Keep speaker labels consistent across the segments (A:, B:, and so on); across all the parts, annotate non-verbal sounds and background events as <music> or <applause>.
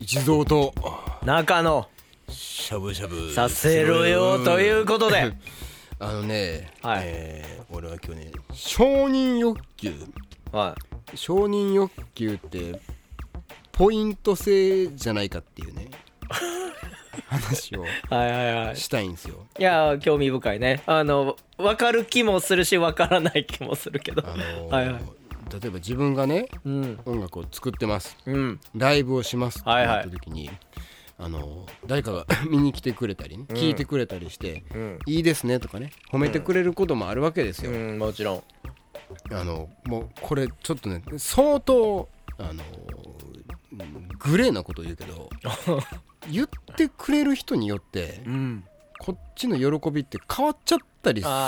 A: 静雄と
B: 中野
A: しゃぶしゃぶ
B: させろよということで
A: <laughs> あのね、
B: はい
A: えー俺は今日ね承認欲求
B: は
A: 承認欲求ってポイント制じゃないかっていう
B: <laughs>
A: ね話を
B: いはいはいはい
A: したいんですよ
B: いやー興味深いねあの分かる気もするし分からない気もするけど、
A: あのー
B: はいはい
A: 例えば自分がね
B: うん
A: 音楽を作ってます
B: うん
A: ライブをしますって
B: はい
A: な
B: はい
A: った時に、あの誰かが <coughs> 見に来てくれたりね、聞いてくれたりして、
B: ん
A: いいですねとかね褒めてくれることもあるわけです
B: う
A: よ、
B: んもちろん
A: あのもうこれちょっとね相当あのグレーなこと言うけ
B: <laughs>
A: ど言ってくれる人によって
B: うん
A: こっちの喜びって変わっちゃったりするやん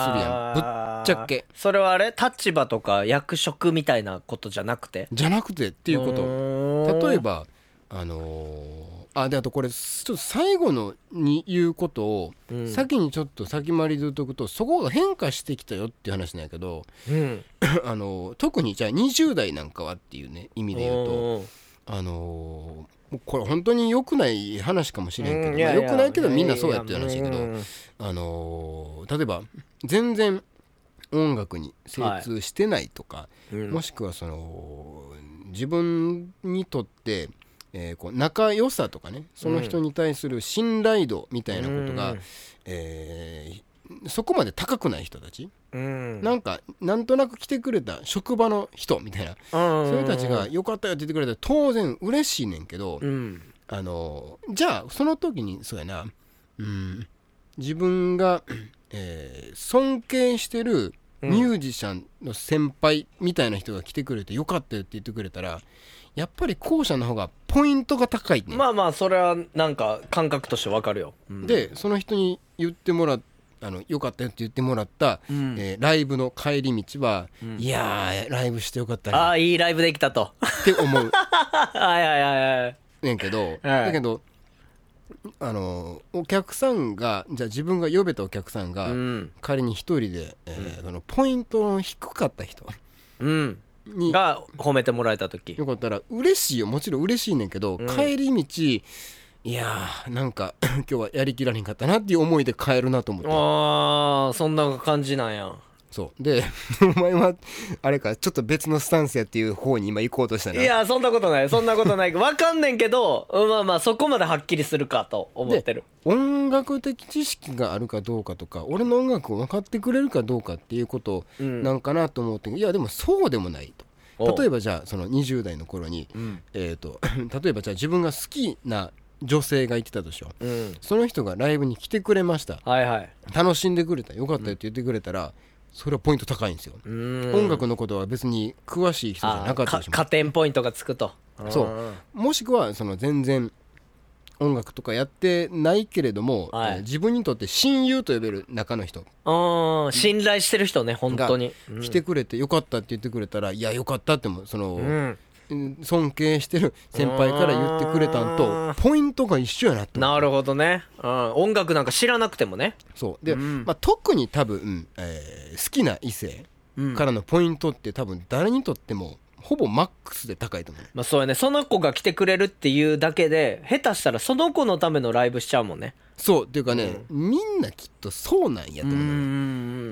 A: ぶっ
B: あー
A: ちゃけ
B: それはあれ立場とか役職みたいなことじゃなくてっ
A: じゃなくてって
B: て
A: いうこと例えばあのーあであとこれちょっと最後のに言うことを、
B: うん
A: 先にちょっと先回りずっとくとそこが変化してきたよっていう話なんやけ
B: <laughs>
A: ど、
B: うん
A: あのー特にじゃあ20代なんかはっていうね意味で言うと、
B: おー
A: あのーもうこれ本当に良くない話かもしれんけど、
B: う
A: まあ
B: んや
A: 良
B: や
A: くないけどみんなそうやっていう話やけど、
B: うんうん
A: あのー例えば全然音楽に精通してないとか、
B: うん
A: もしくはその自分にとって、えーこう仲良さとかねその人に対する信頼度みたいなことが、
B: うん
A: えーそこまで高くない人たち、
B: うん
A: なんかなんとなく来てくれた職場の人みたいな、
B: うん
A: それたちが「よかったよ」って言ってくれたら当然嬉しいねんけど、
B: うん
A: あのじゃあその時にそうやな、うん、自分が、えー尊敬してるミュージシャンの先輩みたいな人が来てくれてよかったよって言ってくれたらやっぱり後者の方がポイントが高いね、
B: まあまあそれはなんか感覚としてわかるよ、
A: でその人に言ってもらあのよかったよって言ってもらった、
B: うん
A: えーライブの帰り道は、いやーライブしてよかったね
B: ああいいライブできたと <laughs>
A: って思う
B: はいはいはいはい
A: ねんけど、だけどあのお客さんがじゃあ自分が呼べたお客さんが、
B: うん
A: 仮に一人で、えーそのポイントの低かった人
B: うん
A: によ
B: が褒めてもらえた時
A: かったら嬉しいよもちろん嬉しいねんけど、帰り道いやーなんか <coughs> 今日はやりきられんかったなっていう思いで帰るなと思って
B: ああそんな感じなんや
A: そうで <laughs> お前はあれかちょっと別のスタンスやっていう方に今行こうとした
B: い
A: な
B: やそんなことないそんなこと <laughs> ないわかんねんけどうんまあまあそこまではっきりするかと思ってる
A: 音楽的知識があるかどうかとか俺の音楽を分かってくれるかどうかっていうこと
B: うん
A: なんかなと思って、いやでもそうでもないと
B: おう
A: 例えばじゃあその20代の頃に、
B: うん
A: えー、と <coughs> 例えばじゃあ自分が好きな女性がいてたとしよう
B: うん
A: その人がライブに来てくれました
B: はいはい
A: 楽しんでくれたよかったよって言ってくれたらそれはポイント高いんですよ、
B: うん
A: 音楽のことは別に詳しい人じゃ
B: あ
A: なか
B: ー
A: った
B: か
A: とします
B: 加点ポイントがつくと
A: そうもしくはその全然音楽とかやってないけれども、
B: はい
A: えー自分にとって親友と呼べる中の人
B: うんうん信頼してる人ね本
A: が
B: 当に
A: 来てくれてよかったって言ってくれたら、いやよかったってもその、
B: うん
A: うん尊敬してる先輩から言ってくれたんとポイントが一緒やなって
B: なるほどね、うん、音楽なんか知らなくてもね
A: そうで、まあ、特に多分、えー好きな異性からのポイントって多分誰にとってもほぼマックスで高いと思う
B: まあそうやねその子が来てくれるっていうだけで下手したらその子のためのライブしちゃうもんね
A: そうっていうかね、みんなきっとそうなんやと
B: う
A: 思う、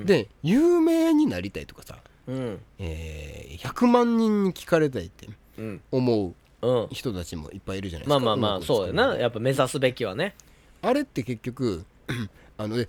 B: ん
A: で有名になりたいとかさ、
B: うん
A: えー100万人に聞かれたいって
B: うん
A: 思う
B: うん
A: 人たちもいっぱいいるじゃないで
B: ますあ
A: か
B: まあま
A: 音
B: あ
A: 楽を
B: そう
A: 作
B: や
A: る
B: なやっぱ目指すべきはね
A: あれって結局 <clears throat> あのね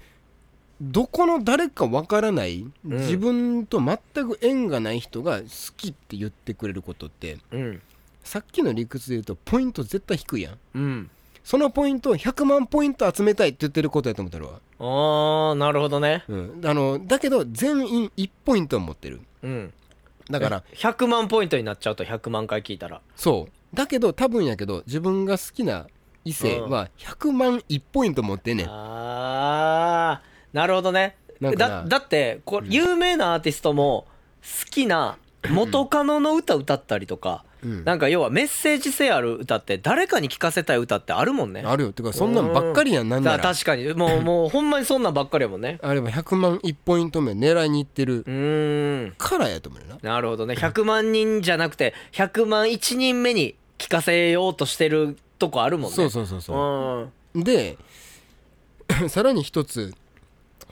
A: どこの誰かわからない、自分と全く縁がない人が好きって言ってくれることって
B: うん
A: さっきの理屈で言うとポイント絶対低いやん
B: うん
A: そのポイントを100万ポイント集めたいって言ってることやと思ってるわ、
B: ああなるほどね
A: うん、あのだけど全員1ポイントを持ってる
B: うん
A: だから
B: 100万ポイントになっちゃうと100万回聞いたら
A: そうだけど多分やけど自分が好きな異性は100万1ポイント持ってんねん
B: ああなるほどね
A: なんかな
B: だだってこう有名なアーティストも好きな元カノの歌歌ったりとか、
A: うん
B: なんか要はメッセージ性ある歌って誰かに聴かせたい歌ってあるもんね
A: あるよてかそんなんばっかりやんなんな
B: だ
A: ら
B: 確かに
A: <laughs>
B: もうもうほんまにそんなんばっかりやもんね
A: あれば100万1ポイント目狙いにいってる
B: うーん
A: からやと思うよな
B: なるほどね100万人じゃなくて100万1人目に聴かせようとしてるとこあるもんね
A: そうそうそうそう
B: うん
A: で <laughs> さらに一つ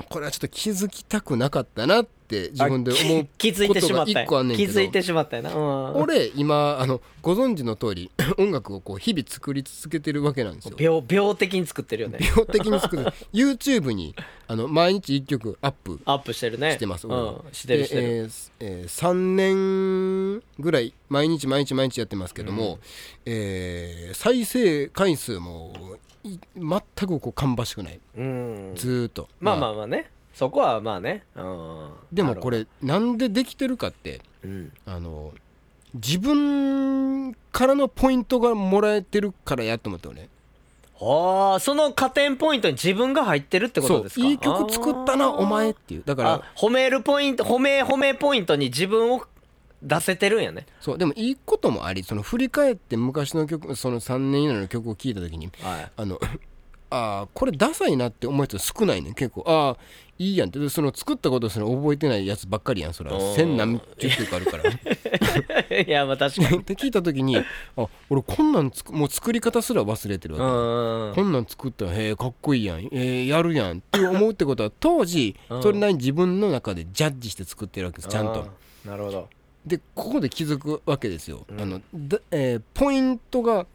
A: これはちょっと気づきたくなかったなって自分で思
B: あ
A: う
B: き <laughs> 気づいてしまったん
A: ことが
B: や
A: 一個あんねんけど
B: 気づいてしまったよな、うん、
A: 俺今あのご存知の通り <laughs> 音楽をこう日々作り続けてるわけなんですよ
B: 病病的に作ってるよね
A: 病的に作る <laughs> YouTube にあの毎日1曲アップ
B: アップしてるね
A: してます、
B: う
A: 俺
B: ん
A: は、
B: してる
A: で
B: してる、
A: えーすえー3年ぐらい毎日毎日毎日やってますけども、えー再生回数もい全くこう芳しくない
B: うん
A: ずーっと、
B: まあまあまあねそこはまあね、うん、
A: でもこ
B: れ、
A: れなんでできてるかって
B: うん、
A: あの自分からのポイントがもらえてるからやと思ったよね
B: ああその加点ポイントに自分が入ってるってこと
A: そ
B: です
A: う
B: か
A: いい曲作ったなお前っていうだか
B: あ
A: ら
B: 褒めるポイント褒め褒めポイントに自分を出せてるんやね
A: そうでもいいこともありその振り返って昔の曲その3年以内の曲を聴いた時に
B: はい
A: あのあーこれダサいなって思うやつ少ないね結構ああいいやんってでその作ったことすら覚えてないやつばっかりやんそれ
B: おー
A: 千何十曲ある
B: <laughs>
A: からっ
B: いやまあ確か
A: <laughs>
B: に
A: て聞いた時にあ俺こんなんつくもう作り方すら忘れてるわ
B: う
A: け、
B: ん
A: こんなん作ったらへえかっこいいやんえーやるやんって思うってことは当時
B: うん
A: それなりに自分の中でジャッジして作ってるわけですちゃんと
B: なるほど
A: でここで気づくわけですよ、
B: うん
A: あのだえーポイントが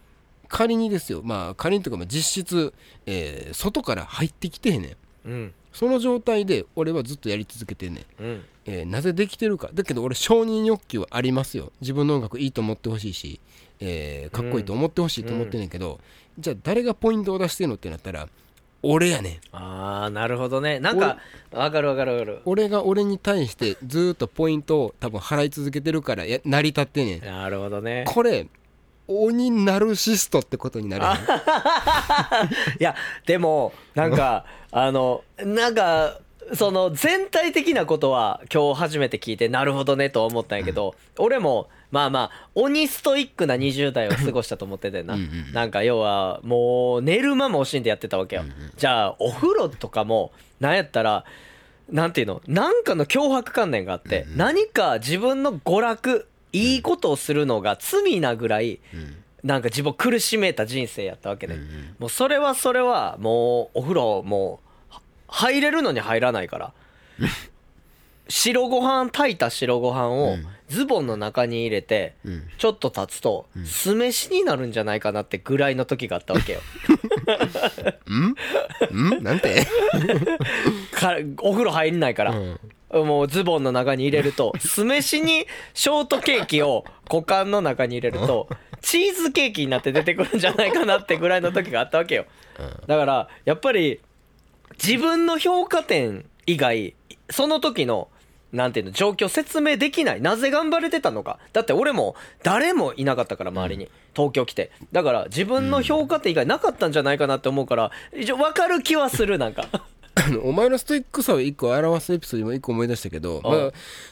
A: 仮にですよまあ仮にというかまあ実質、えー外から入ってきてへんねん
B: うん
A: その状態で俺はずっとやり続けてんねん、
B: うん
A: えーなぜできてるかだけど俺承認欲求はありますよ自分の音楽いいと思ってほしいし、えーかっこいいと思ってほしいと思ってんねんけど、じゃあ誰がポイントを出してんのってなったら俺やねん
B: ああなるほどねなんかわかるわかるわかる
A: 俺が俺に対してずーっとポイントを多分払い続けてるからや成り立ってんねん
B: なるほどね
A: <laughs> これ鬼ナルシストってことになるよね
B: <laughs> いやでもなんかあのなんかその全体的なことは今日初めて聞いてなるほどねと思ったんやけど、俺もまあまあ鬼ストイックな20代を過ごしたと思っててな
A: うんうん
B: なんか要はもう寝る間も惜しんでやってたわけよ、じゃあお風呂とかもなんやったらなんていうのなんかの脅迫観念があって、何か自分の娯楽いいことをするのが罪なぐらい、なんか自分を苦しめた人生やったわけで、もうそれはそれはもうお風呂もうは入れるのに入らない <laughs> から白ご飯炊いた白ご飯をズボンの中に入れて、
A: ん
B: ちょっと経つと酢飯になるんじゃないかなってぐらいの時があったわけよ
A: んなんて <laughs>
B: かお風呂入んないから、
A: ん
B: もうズボンの中に入れると酢飯にショートケーキを股間の中に入れるとチーズケーキになって出てくるんじゃないかなってぐらいの時があったわけよだからやっぱり自分の評価点以外その時のなんていうの状況説明できないなぜ頑張れてたのかだって俺も誰もいなかったから周りに、東京来てだから自分の評価点以外なかったんじゃないかなって思うから一応分かる気はするなんか
A: あのお前のストイックさを一個表すエピソード今一個思い出したけど、
B: あ
A: まあ、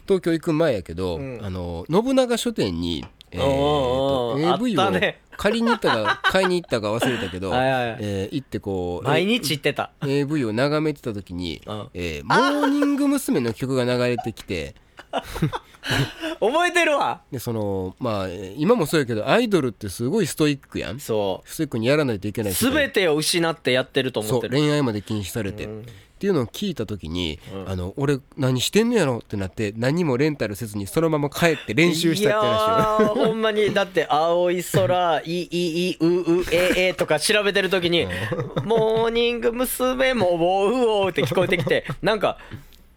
A: 東京行く前やけど、
B: ん
A: あの信長書店に、えー
B: おうおう
A: と
B: おう
A: AV
B: あっ
A: を
B: たね
A: 借りに行ったか買いに行ったか忘れたけど
B: <laughs> はいはいはい
A: えー行ってこう
B: 毎日言ってた
A: え AV を眺めてた時に
B: うん
A: 「えーモーニング娘。」の曲が流れてきて
B: 覚えてるわ
A: でそのまあえー今もそうやけどアイドルってすごいストイックやんス
B: そ
A: トイックにやらないといけな
B: う
A: い世界
B: 全てを失ってやってると思
A: そ
B: って
A: う
B: る
A: 恋愛まで禁止されて、
B: うん
A: っていうのを聞いた時に、
B: うん
A: あの俺何してんのやろってなって何もレンタルせずにそのまま帰って練習したって話を
B: いやーほんまにだって「青い空」「いいいいううええ」とか調べてる時に「モーニング娘。」も「ウォウウォウ」って聞こえてきてなんか「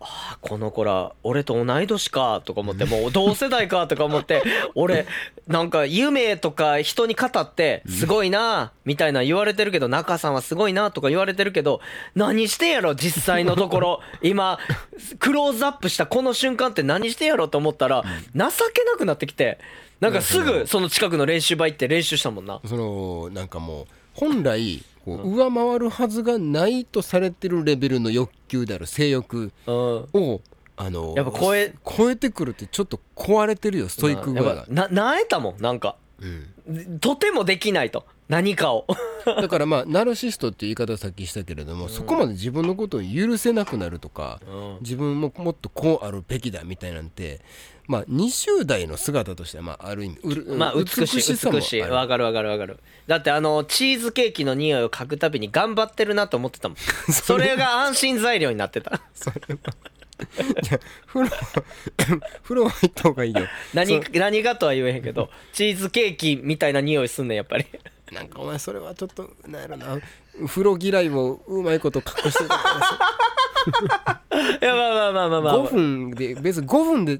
B: あーこの子ら俺と同い年か」とか思ってもう同世代かとか思 <laughs> って俺なんか夢とか人に語って「すごいな」みたいな言われてるけど中さんはすごいなとか言われてるけど何してんやろ実際のとこ <laughs> ろ今クローズアップしたこの瞬間って何してんやろと思ったら情けなくなってきてなんかすぐその近くの練習場行って練習したもんな
A: そのなんかもう本来こう上回るはずがないとされてるレベルの欲求である性欲
B: うん
A: をあの
B: やっぱ超え
A: 超えてくるってちょっと壊れてるよストイック具合
B: やっ
A: が
B: ぱ、ななえたもんなんか
A: うん
B: とてもできないと何かを
A: だからまあナルシストっていう言い方をさっきしたけれども、そこまで自分のことを許せなくなるとか、
B: うん
A: 自分ももっとこうあるべきだみたいなんて、まあ、20代の姿としてはまあある意味うる
B: まあ美しい美し
A: さも
B: い
A: あ
B: わかるわかるわかるだってあのチーズケーキの匂いを嗅ぐたびに頑張ってるなと思っ
A: <laughs>
B: てたもんそれが安心材料になってた
A: る <coughs> 風呂入った方がいいよ
B: 何何がとは言えへんけどチーズケーキみたいな匂いすんねんやっぱり <laughs>
A: なんかお前それはちょっとなんやろな風呂嫌いをうまいこと隠して
B: <laughs>
A: たからさ
B: いやまあまあまあまあまあ、
A: 5分で別に5分で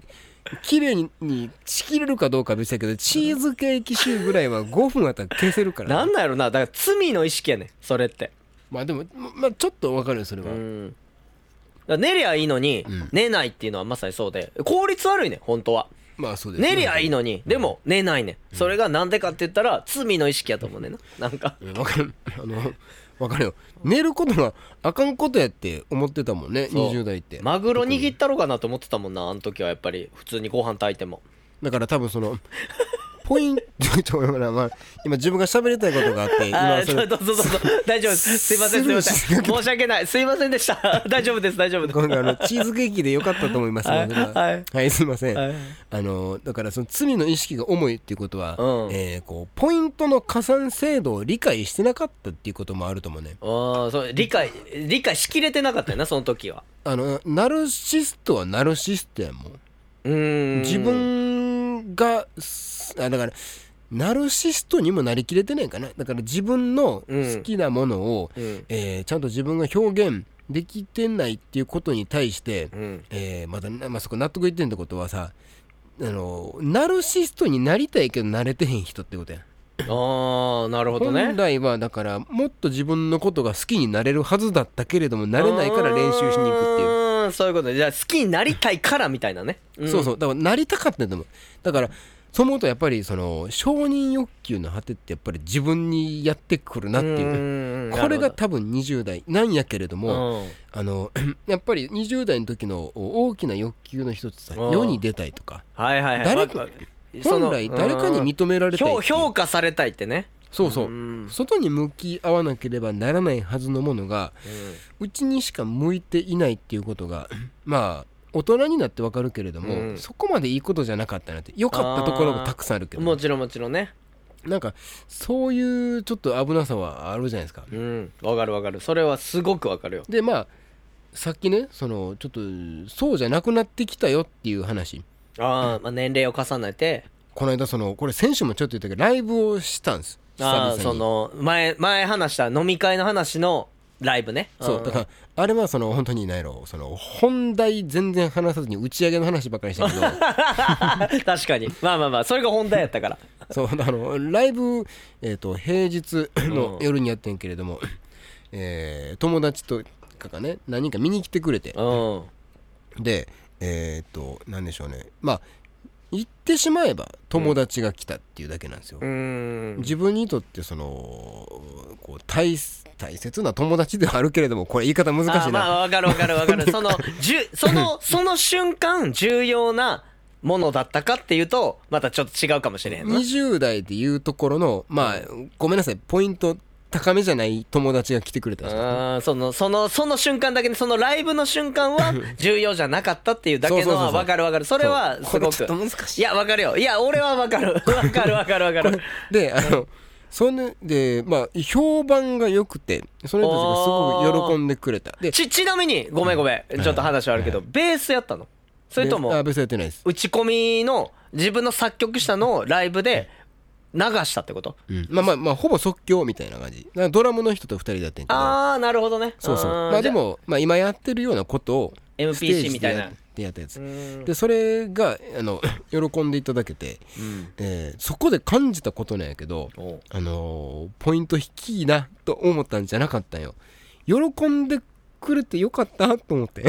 A: 綺麗にに仕切れるかどうかは別だけどチーズケーキシューぐらいは5分あったら消せるから
B: なんなんやろなだから罪の意識やねんそれって
A: まあでもままあちょっとわかるよそれは、
B: うんだから寝りゃいいのに、寝ないっていうのはまさにそうで効率悪いねん本当は
A: まあそうですね
B: 寝りゃいいのにでも寝ないねんそれがなんでかって言ったら罪の意識やと思うねんななんか
A: いやわかる <laughs> あのわかるよ寝ることがあかんことやって思ってたもんね
B: そう
A: 20代って
B: マグロ握ったろかなと思ってたもんなあの時はやっぱり普通にご飯炊いても
A: だから多分そのポイントと思うな、まあ、今自分が喋りたいことがあって
B: <laughs> あ
A: 今
B: ー
A: そ
B: どう
A: れ
B: ぞどうぞどうぞ大丈夫ですすいませんすいません申し訳ないすいませんでした <laughs> 大丈夫です大丈夫です
A: 今回あのチーズケーキでよかったと思います
B: はい
A: 僕が
B: はい
A: はいすいません、
B: はい
A: あのだからその罪の意識が重いっていうことは、
B: うん
A: えーこうポイントの加算制度を理解してなかったっていうこともあると思うね
B: ああそう理解理解しきれてなかったよなその時は
A: あのナルシストはナルシストやもん
B: うーん
A: 自分がすあだからナルシストにもなりきれてないかなだから自分の好きなものを、
B: うん
A: えーちゃんと自分が表現できてないっていうことに対して、
B: うん
A: えーまだな、まあ、そこ納得いってんってことはさあのナルシストになりたいけどなれてへん人ってことやん
B: ああなるほど
A: 本
B: ね
A: 来はだからもっと自分のことが好きになれるはずだったけれどもなれないから練習しに行くっていう
B: うーんそういうことねじゃあ好きになりたいからみたいなね、ん
A: そうそうだからなりたかったんだもんだからそう思うとやっぱりその承認欲求の果てってやっぱり自分にやってくるなっていう
B: うーん
A: これが
B: なる
A: 多分20代なんやけれど
B: ほど
A: も
B: うん
A: あの <laughs> やっぱり20代の時の大きな欲求の一つさ
B: うん
A: 世に出たいとか
B: はいはいはい
A: 誰
B: わ
A: か
B: わその
A: 本来誰かに認められたいってい
B: 評
A: う
B: 評価されたいってね
A: そうそう
B: うん
A: 外に向き合わなければならないはずのものがうちにしか向いていないっていうこと
B: <laughs>
A: がまあ大人になってわかるけれども、
B: うん
A: そこまでいいことじゃなかったなって良かったところもたくさんあるけど
B: もちろんもちろんね
A: なんかそういうちょっと危なさはあるじゃないですか。
B: うんわかるわかるそれはすごくわかるよ
A: でまあさっきねそのちょっとそうじゃなくなってきたよっていう話
B: あー、まあ年齢を重ねて
A: この間そのこれ先週もちょっと言ったけどライブをしたんです久々
B: あ
A: に
B: ーその前前話した飲み会の話のライブね
A: そ
B: ん
A: うだからあれはその本当に何やろその本題全然話さずに打ち上げの話ばっかり
B: <laughs>
A: したけど
B: 確かにまあまあまあそれが本題やっ
A: <laughs>
B: たから
A: そうあのライブ、えー、と平日の
B: うん
A: 夜にやってんけれども、えー友達とかがね何人か見に来てくれて
B: うん
A: でえっ、となんでしょうねまあ言ってしまえば友達が来たっていうだけなんですよ、
B: うん
A: 自分にとってそのこう大大切な友達ではあるけれどもこれ言い方難しい
B: あー
A: な、
B: まあわかるわかるわ
A: <laughs>
B: かるそのじゅそのその瞬間重要なものだったかっていうとまたちょっと違うかもしれへんな
A: 20代でいうところのまあごめんなさいポイント高めじゃない友達が来てくれたんですよ
B: あーそのそのその瞬間だけねそのライブの瞬
A: <laughs>
B: 間は重要じゃなかったっていうだけ
A: そうそ
B: の
A: うそうそ
B: は
A: う
B: 分かる分かるそれは
A: そう
B: すご
A: これちょ
B: く
A: っと難しい
B: いや分かるよいや俺は分か
A: <laughs>
B: る分かる分かる分かる
A: であのそれでまあ評判が良くてその人たちがすごく喜んでくれたで
B: ちちなみにごめんごめんちょっと話はあるけどベースやったのそれ
A: で
B: と
A: あ
B: も
A: 別にやってないです、
B: 打ち込みの自分の作曲したのをライブで流したってこと
A: うんまあまあまあほぼ即興みたいな感じだからドラムの人と2人でやってんけど
B: ああなるほどね
A: そうそう
B: ー
A: まあ
B: じ
A: で
B: ゃ
A: も、まあ、今やってるようなことを
B: MPC
A: ステージ
B: みた
A: で
B: い
A: や
B: な
A: ってやったやつ
B: ん
A: でそれがあの <laughs> 喜んでいただけて、えーそこで感じたことなんやけど、
B: おう
A: あのーポイント低いなと思ったんじゃなかったんよ喜んでくれてよかったと思って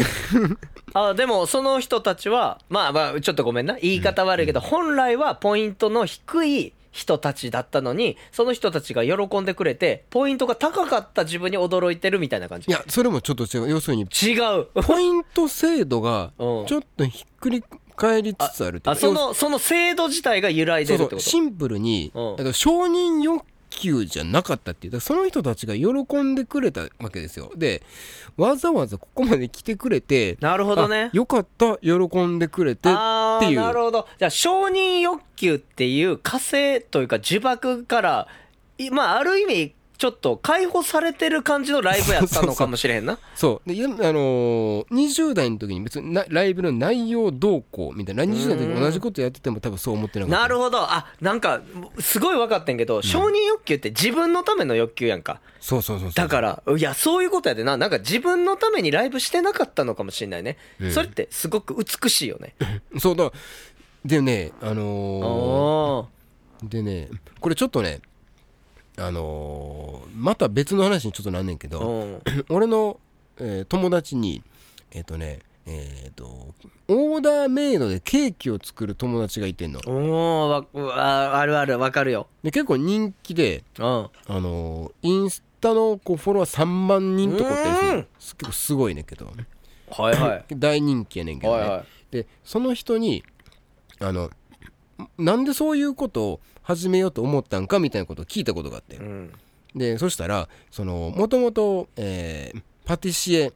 B: あでもその人たちはまあまあちょっとごめんな言い方悪いけど、本来はポイントの低い人たちだったのにその人たちが喜んでくれてポイントが高かった自分に驚いてるみたいな感じ
A: いやそれもちょっと違う要するに
B: 違う
A: ポイント制度がち
B: う
A: ょ
B: ん
A: っとひっくり返りつつあるっていう
B: あ
A: か
B: そのその制度自体が揺らい
A: そう
B: でるっ
A: そ
B: てこ
A: う
B: と
A: シンプルに、
B: うん
A: だから承認欲級じゃなかったっていうだからその人たちが喜んでくれたわけですよでわざわざここまで来てくれて
B: なるほどね
A: あよかった喜んでくれて
B: あ
A: って
B: ー
A: いう
B: なるほどじゃあ承認欲求っていう火星というか呪縛からいまあある意味ちょっと解放されてる感じのライブやったのかもしれへんな
A: そうでいやあのー20代の時に別になライブの内容どうこうみたいな20代の時同じことやってても多分そう思ってなかった
B: なるほどあなんかすごい分かってんけど承認欲求って自分のための欲求やんか
A: そうそうそうそう
B: だからいやそういうことやでななんか自分のためにライブしてなかったのかもしれないね、
A: うん
B: それってすごく美しいよね
A: そうだでねあの
B: お
A: ーでねこれちょっとねあのーまた別の話にちょっとなんねんけ
B: ー
A: ど
B: お
A: <coughs> 俺の、えー友達にえっ、とねえっ、とオーダーメイドでケーキを作る友達がいてんの
B: ーおーわうわあるあるわかるよ
A: で結構人気で
B: うん
A: あのーインスタのこうフォロワー3万人とかおったりする
B: うん
A: す結構すごいねんけど
B: はいはい
A: 大人気やねんけどね、
B: はいはい
A: でその人にあのなんでそういうことを始めようと思ったんかみたいなことを聞いたことがあって
B: うん
A: でそしたらそのもともとえーパティシエ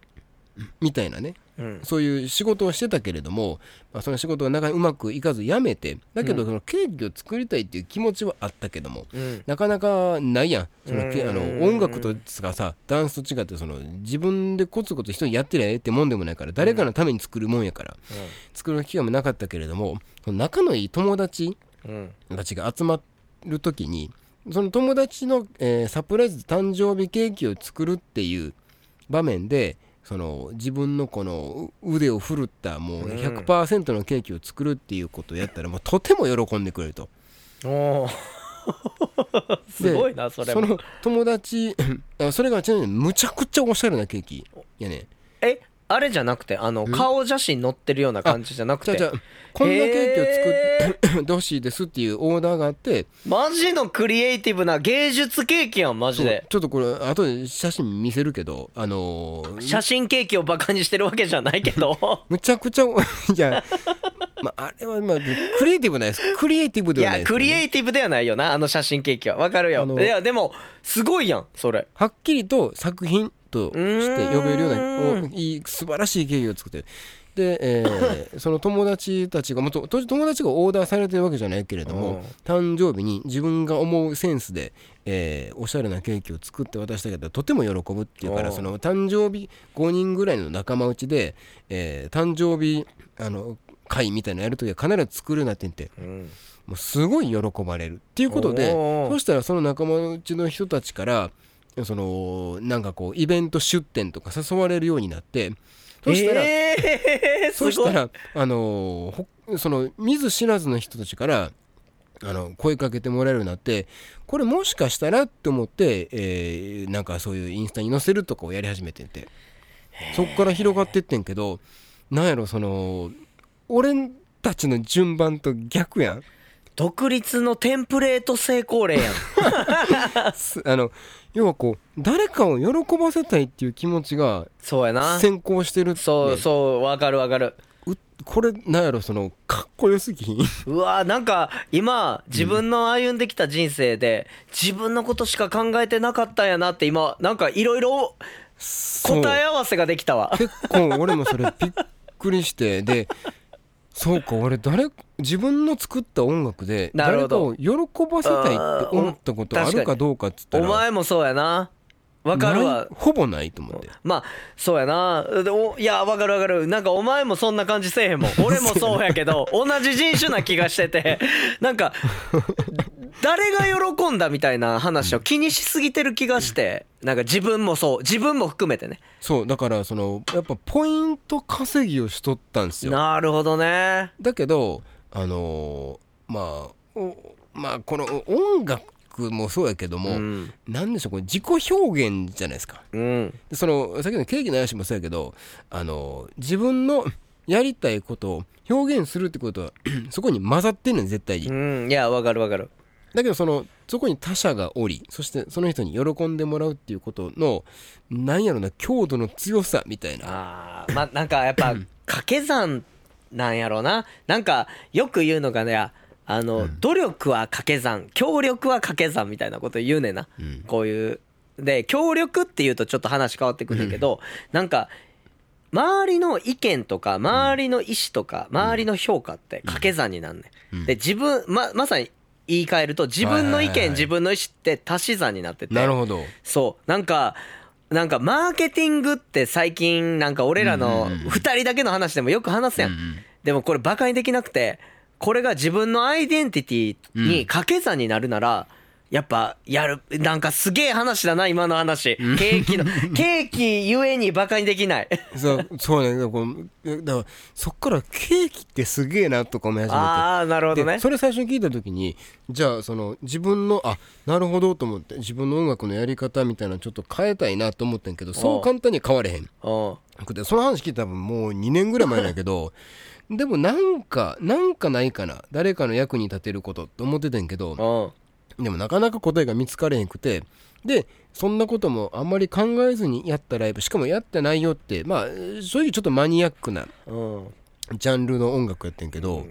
A: みたいなね
B: うん
A: そういう仕事をしてたけれども、まあ、その仕事がなかなかうまくいかず辞めてだけどそのケーキを作りたいっていう気持ちはあったけども、
B: うん
A: なかなかないやんそのけ
B: うん
A: あの音楽とかさダンスと違ってその自分でコツコツ人にやってりゃええってもんでもないから誰かのために作るもんやから、作る機会もなかったけれどもその仲のいい友達
B: うん
A: たちが集まる時にその友達の、えーサプライズ誕生日ケーキを作るっていう場面でその自分のこのう腕を振るったもう
B: うん
A: 100%のケーキを作るっていうことをやったらもうとても喜んでくれると。
B: おー <laughs> すごいなそれも
A: の友達あそれがちなみにむちゃくちゃおしゃれなケーキやね
B: えあれじゃなくてあの顔写真載ってるような感じじゃなく
A: じゃあ
B: て
A: じゃあこんなケーキを作ってほしいですっていうオーダーがあって
B: マジのクリエイティブな芸術経験やんマジで
A: ちょっとこれ後で写真見せるけどあのー
B: 写真ケーキをバカにしてるわけじゃないけ
A: <laughs>
B: ど
A: むちゃくちゃおい
B: <laughs>
A: や、まあ、あれは、まあ、クリエイティブないですクリエイティブ
B: い
A: ではない
B: や
A: です
B: ク
A: けどね、
B: リエイティブではないよなあの写真ケーキはわかる
A: あ
B: よ
A: の
B: いやでもすごいやんそれ
A: はっきりと作品として呼べるような
B: う
A: おいい素晴らしいケーキを作ってるで、え
B: <laughs>
A: ーその友達たちがもうとと友達がオーダーされてるわけじゃないけれど
B: うん
A: も誕生日に自分が思うセンスで、えーおしゃれなケーキを作って渡したけどとても喜ぶっていうか
B: う
A: ら
B: ん
A: その誕生日5人ぐらいの仲間内で、えー誕生日あの会みたいなのやるときは必ず作るなって言って
B: うん
A: もうすごい喜ばれるっていうことで
B: おー
A: そしたらその仲間のうちの人たちからそのなんかこうイベント出店とか誘われるようになってそしたら、
B: えー <laughs> す
A: そ
B: ごい
A: したらあのーほその見ず知らずの人たちからあの声かけてもらえるようになってこれもしかしたらって思って、えーなんかそういうインスタに載せるとかをやり始めててそっから広がってってんけどなんやろその俺たちの順番と逆やん。
B: 独立のテンプレート成功例
A: <laughs>
B: やん
A: す <laughs> あの要はこう誰かを喜ばせたいっていう気持ちが
B: そうやな
A: 先行してるって
B: そうそうわかるわかる
A: うこれなんやろそのかっこよすぎ
B: <laughs>
A: ひん
B: うわーなんか今自分の歩んできた人生で自分のことしか考えてなかったんやなって今なんかいろいろ
A: そう
B: 答え合わせができたわ
A: 結構俺もそれびっくりしてでそうか俺誰自分の作った音楽で
B: なる
A: 誰か
B: ほど
A: を喜ばせたいって思ったこと
B: あー
A: あ
B: 確かに
A: るかどうかっつった
B: お
A: ら
B: 前もそうやなわかるわ
A: ないほぼないと思って
B: まあそうやなでおいやわかるわかるなんかお前もそんな感じせえ
A: <laughs>
B: へんもん俺もそうやけど同じ人種な気がしててなんか誰が喜んだみたいな話を気にしすぎてる気がしてなんか自分もそう自分も含めてね
A: そうだからそのやっぱポイント稼ぎをしとったんですよ
B: なるほどね
A: だけどあのーまあおまあこの音楽もそうやけども、
B: うん
A: なんでしょうこれ自己表現じゃないですか
B: うん
A: でそのさっきのケーキの話もそうやけどあのー自分のやりたいことを表現するってことは <clears throat> そこに混ざってんねん絶対に
B: うんいやわかるわかる
A: だけどそのそこに他者がおりそしてその人に喜んでもらうっていうことのなんやろな強度の強さみたいな
B: あーまあなんかやっぱ掛け算なんやろうななんかよく言うのがねあの、努力は掛け算協力は掛け算みたいなこと言うねんな、
A: うん
B: こういうで協力っていうとちょっと話変わってくるんだけど、なんか周りの意見とか周りの意思とか周りの評価って掛け算になんねん、
A: うん
B: で自分ままさに言い換えると自分の意見、
A: はいはいはい
B: 自分の意思って足し算になってて
A: なるほど
B: そうなんかなんかマーケティングって最近なんか俺らの
A: うんうんうん
B: 2人だけの話でもよく話すやん、
A: うんうん
B: でもこれバカにできなくてこれが自分のアイデンティティに掛け算になるなら、やっぱやるなんかすげえ話だな今の話ケー
A: <laughs>
B: キのケーキゆえにバカにできない
A: そうそうねこうだからそっからケーキってすげえなとか思い始めて
B: ああなるほどね
A: でそれ最初に聞いた時にじゃあその自分のあなるほどと思って自分の音楽のやり方みたいなのちょっと変えたいなと思ってんけどそう簡単には変われへん
B: うん
A: くてその話聞いたらもう2年ぐらい前だけ
B: <laughs>
A: どでもなんかなんかないかな誰かの役に立てることって思っててんけど
B: うん
A: でもなかなか答えが見つかれへんくてでそんなこともあんまり考えずにやったライブしかもやってないよってまあ正直ちょっとマニアックな
B: うん
A: ジャンルの音楽やってんけど、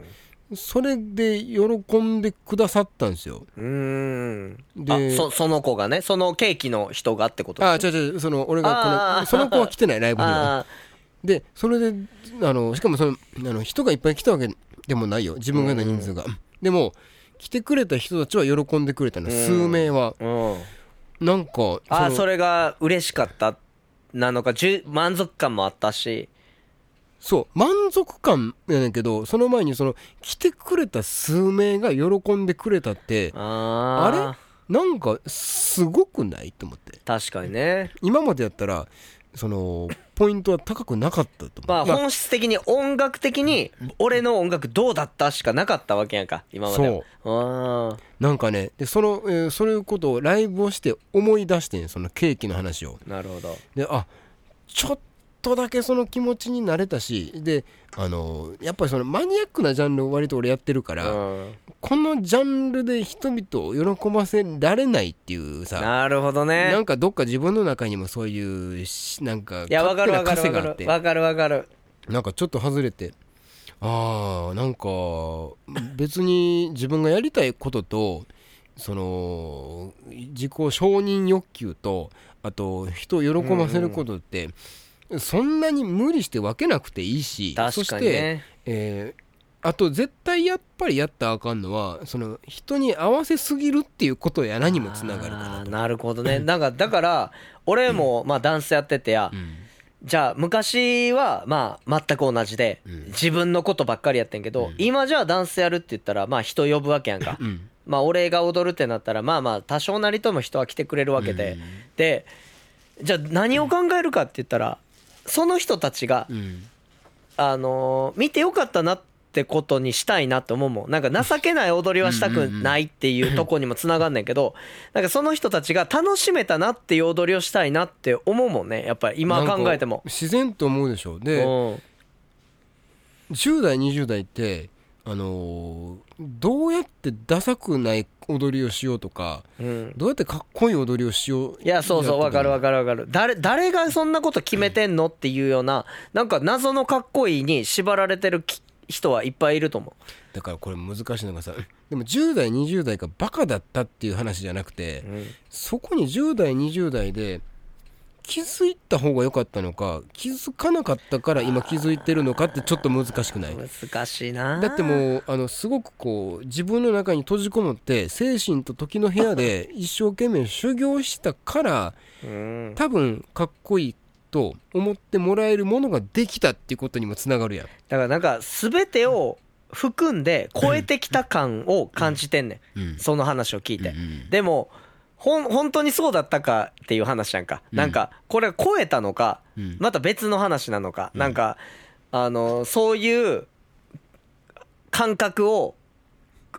A: それで喜んでくださったんですよ。
B: うーん
A: で
B: あそその子がねそのケーキの人がってこと
A: あ違う違うその俺がこ
B: あー
A: のその子は来てないライブには。
B: あ
A: でそれであのしかもそのあの人がいっぱい来たわけでもないよ自分がの人数が。でも来てくれた人たちは喜んでくれたの、
B: うん
A: 数名は。
B: ーうん
A: なんかそ
B: あー
A: の
B: それが嬉しかったなのかじゅ満足感もあったし
A: そう満足感やねんけどその前にその来てくれた数名が喜んでくれたって
B: あー
A: あれなんかすごくないと思って。
B: 確かにね
A: 今までやったらそのポイントは高くなかったと思う、
B: まあ
A: まあ
B: 本質的に音楽的に俺の音楽どうだったしかなかったわけやんか今まではあ
A: なんかねでその、えーそういうことをライブをして思い出してんそのケーキの話を
B: ーなるほど
A: であちょっとだけその気持ちになれたしであのやっぱりそのマニアックなジャンルを割と俺やってるから、
B: うん
A: このジャンルで人々を喜ばせられないっていうさ
B: なるほど
A: な
B: ね
A: んかどっか自分の中にもそういうしなんか
B: いやわかるわか
A: 勝
B: る
A: 手
B: わ
A: な枷があ
B: か
A: って
B: るわかるわかる
A: なんかちょっと外れてああなんか別に自分がやりたいこととその自己承認欲求とあと人を喜ばせることって、そんなに無理して分けなくていいしそ
B: 確
A: し
B: か
A: て、
B: にね
A: えーあと絶対やっぱりやったらあかんのはその人に合わせすぎるっていうことやらにもつながるか
B: あ
A: な
B: ー
A: と。
B: なるほどねなんかだから俺もまあダンスやっててや、
A: うん
B: じゃあ昔はまあ全く同じで
A: うん
B: 自分のことばっかりやってんけど、
A: うん
B: 今じゃあダンスやるって言ったらまあ人呼ぶわけやんか
A: うん
B: まあ俺が踊るってなったらまあまあ多少なりとも人は来てくれるわけで、
A: うん
B: でじゃあ何を考えるかって言ったらその人たちが、
A: うん
B: あのー見てよかったなってことにしたいなって思うもんなんか情けない踊りはしたくないっていうとこにもつながんねんけどなんかその人たちが楽しめたなっていう踊りをしたいなって思うもんねやっぱり今
A: なんか
B: 考えても。
A: 自然と思うでしょで、
B: うん
A: 10代20代ってあのーどうやってダサくない踊りをしようとか
B: うん
A: どうやってかっこいい踊りをしよう
B: いやそうそうわかるわかるわかる誰誰がそんなこと決めてんのっていうようななんか謎のかっこいいに縛られてるき人はいっぱいいると思
A: だからこれ難しいのがさでも10代20代がバカだったっていう話じゃなくて
B: う、うん
A: そこに10代20代で気づいた方が良かったのか気づかなかったから今気づいてるのかってちょっと難しくない
B: 難しいな
A: だってもうあのすごくこう自分の中に閉じこもって精神と時の部屋で一生懸命修行したから
B: うん
A: 多分かっこいいと思ってもらえるものができたっていうことにもつながるやん
B: だからなんか全てを含んで超えてきた感を感じてんね
A: うん
B: んその話を聞いて
A: ん
B: でもほん本当にそうだったかっていう話なんかなんかこれは超えたのか
A: うん
B: また別の話なのか、なんかあのそういう感覚を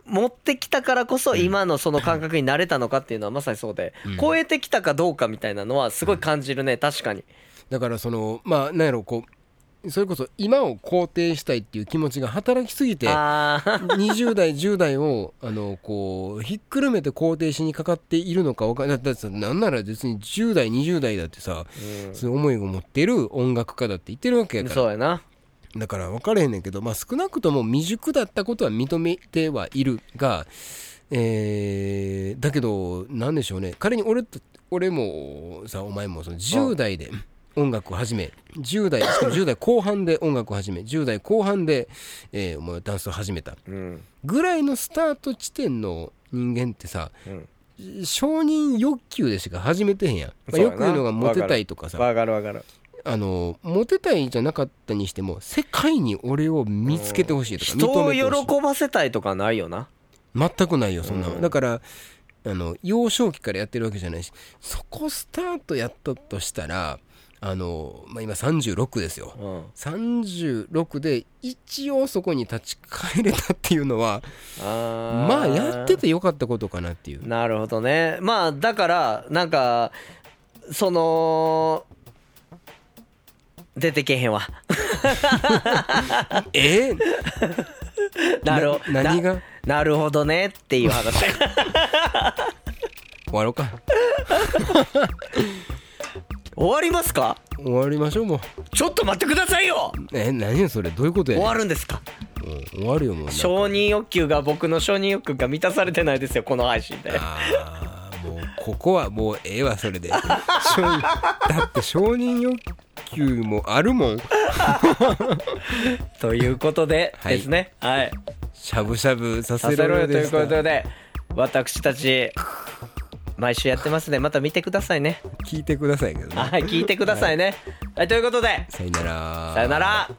B: 持ってきたからこそ今のその感覚になれたのかっていうのはまさにそうで、
A: うん
B: 超えてきたかどうかみたいなのはすごい感じるね確かに、
A: だからそのまあなんやろこうそれこそ今を肯定したいっていう気持ちが働きすぎて
B: ああ
A: 20代10代をあのこうひっくるめて肯定しにかかっているのかわかんないだってさなんなら別に10代20代だってさ、そういう思いを持ってる音楽家だって言ってるわけやから
B: そうやな
A: だから分かれへんねんけど、まあ、少なくとも未熟だったことは認めてはいるが、えーだけどなんでしょうね仮に俺と俺もさお前もその10代で音楽を始め10代しかも10代後半で音楽を始め10代後半で、えーお前はダンスを始めた
B: うん
A: ぐらいのスタート地点の人間ってさ
B: うん
A: 承認欲求でしか始めてへんやん、まあ、
B: そうや
A: よ
B: な
A: く言うのがモテたいとかさ
B: わかるわかる
A: あのモテたいじゃなかったにしても世界に俺を見つけてほしいとか認
B: 人を
A: めてほしい
B: 喜ばせたいとかないよな
A: 全くないよそんなの、
B: うん
A: だからあの幼少期からやってるわけじゃないしそこスタートやったとしたらあの、まあ、今36ですよ
B: うん
A: 36で一応そこに立ち返れたっていうのは
B: あー
A: まあやっててよかったことかなっていう
B: なるほどねまあだからなんかその出てけへんわ
A: えー、
B: なるほ
A: な何が
B: ななるほどねっていう話
A: 終わろうか
B: 終わりますか
A: 終わりましょうもう
B: ちょっと待ってくださいよ
A: え何よそれどういうことや
B: 終
A: ねん
B: わるんですか
A: うん終わるよもうなんか
B: 承認欲求が僕の承認欲求が満たされてないですよこの配信で
A: あーもうここはもうええわそ <laughs> れで承認だって承認欲求もあるもん
B: ということで
A: はい
B: <laughs> ですねはい
A: しゃぶしゃぶさ
B: さ
A: せ
B: せ
A: ろよ
B: ろよと
A: で
B: いう
A: した
B: ことで私たち毎週やってますねまた見てくださいね
A: 聞いてくださいけどね
B: はい聞いてくださいねはいということで
A: さよなら
B: さよなら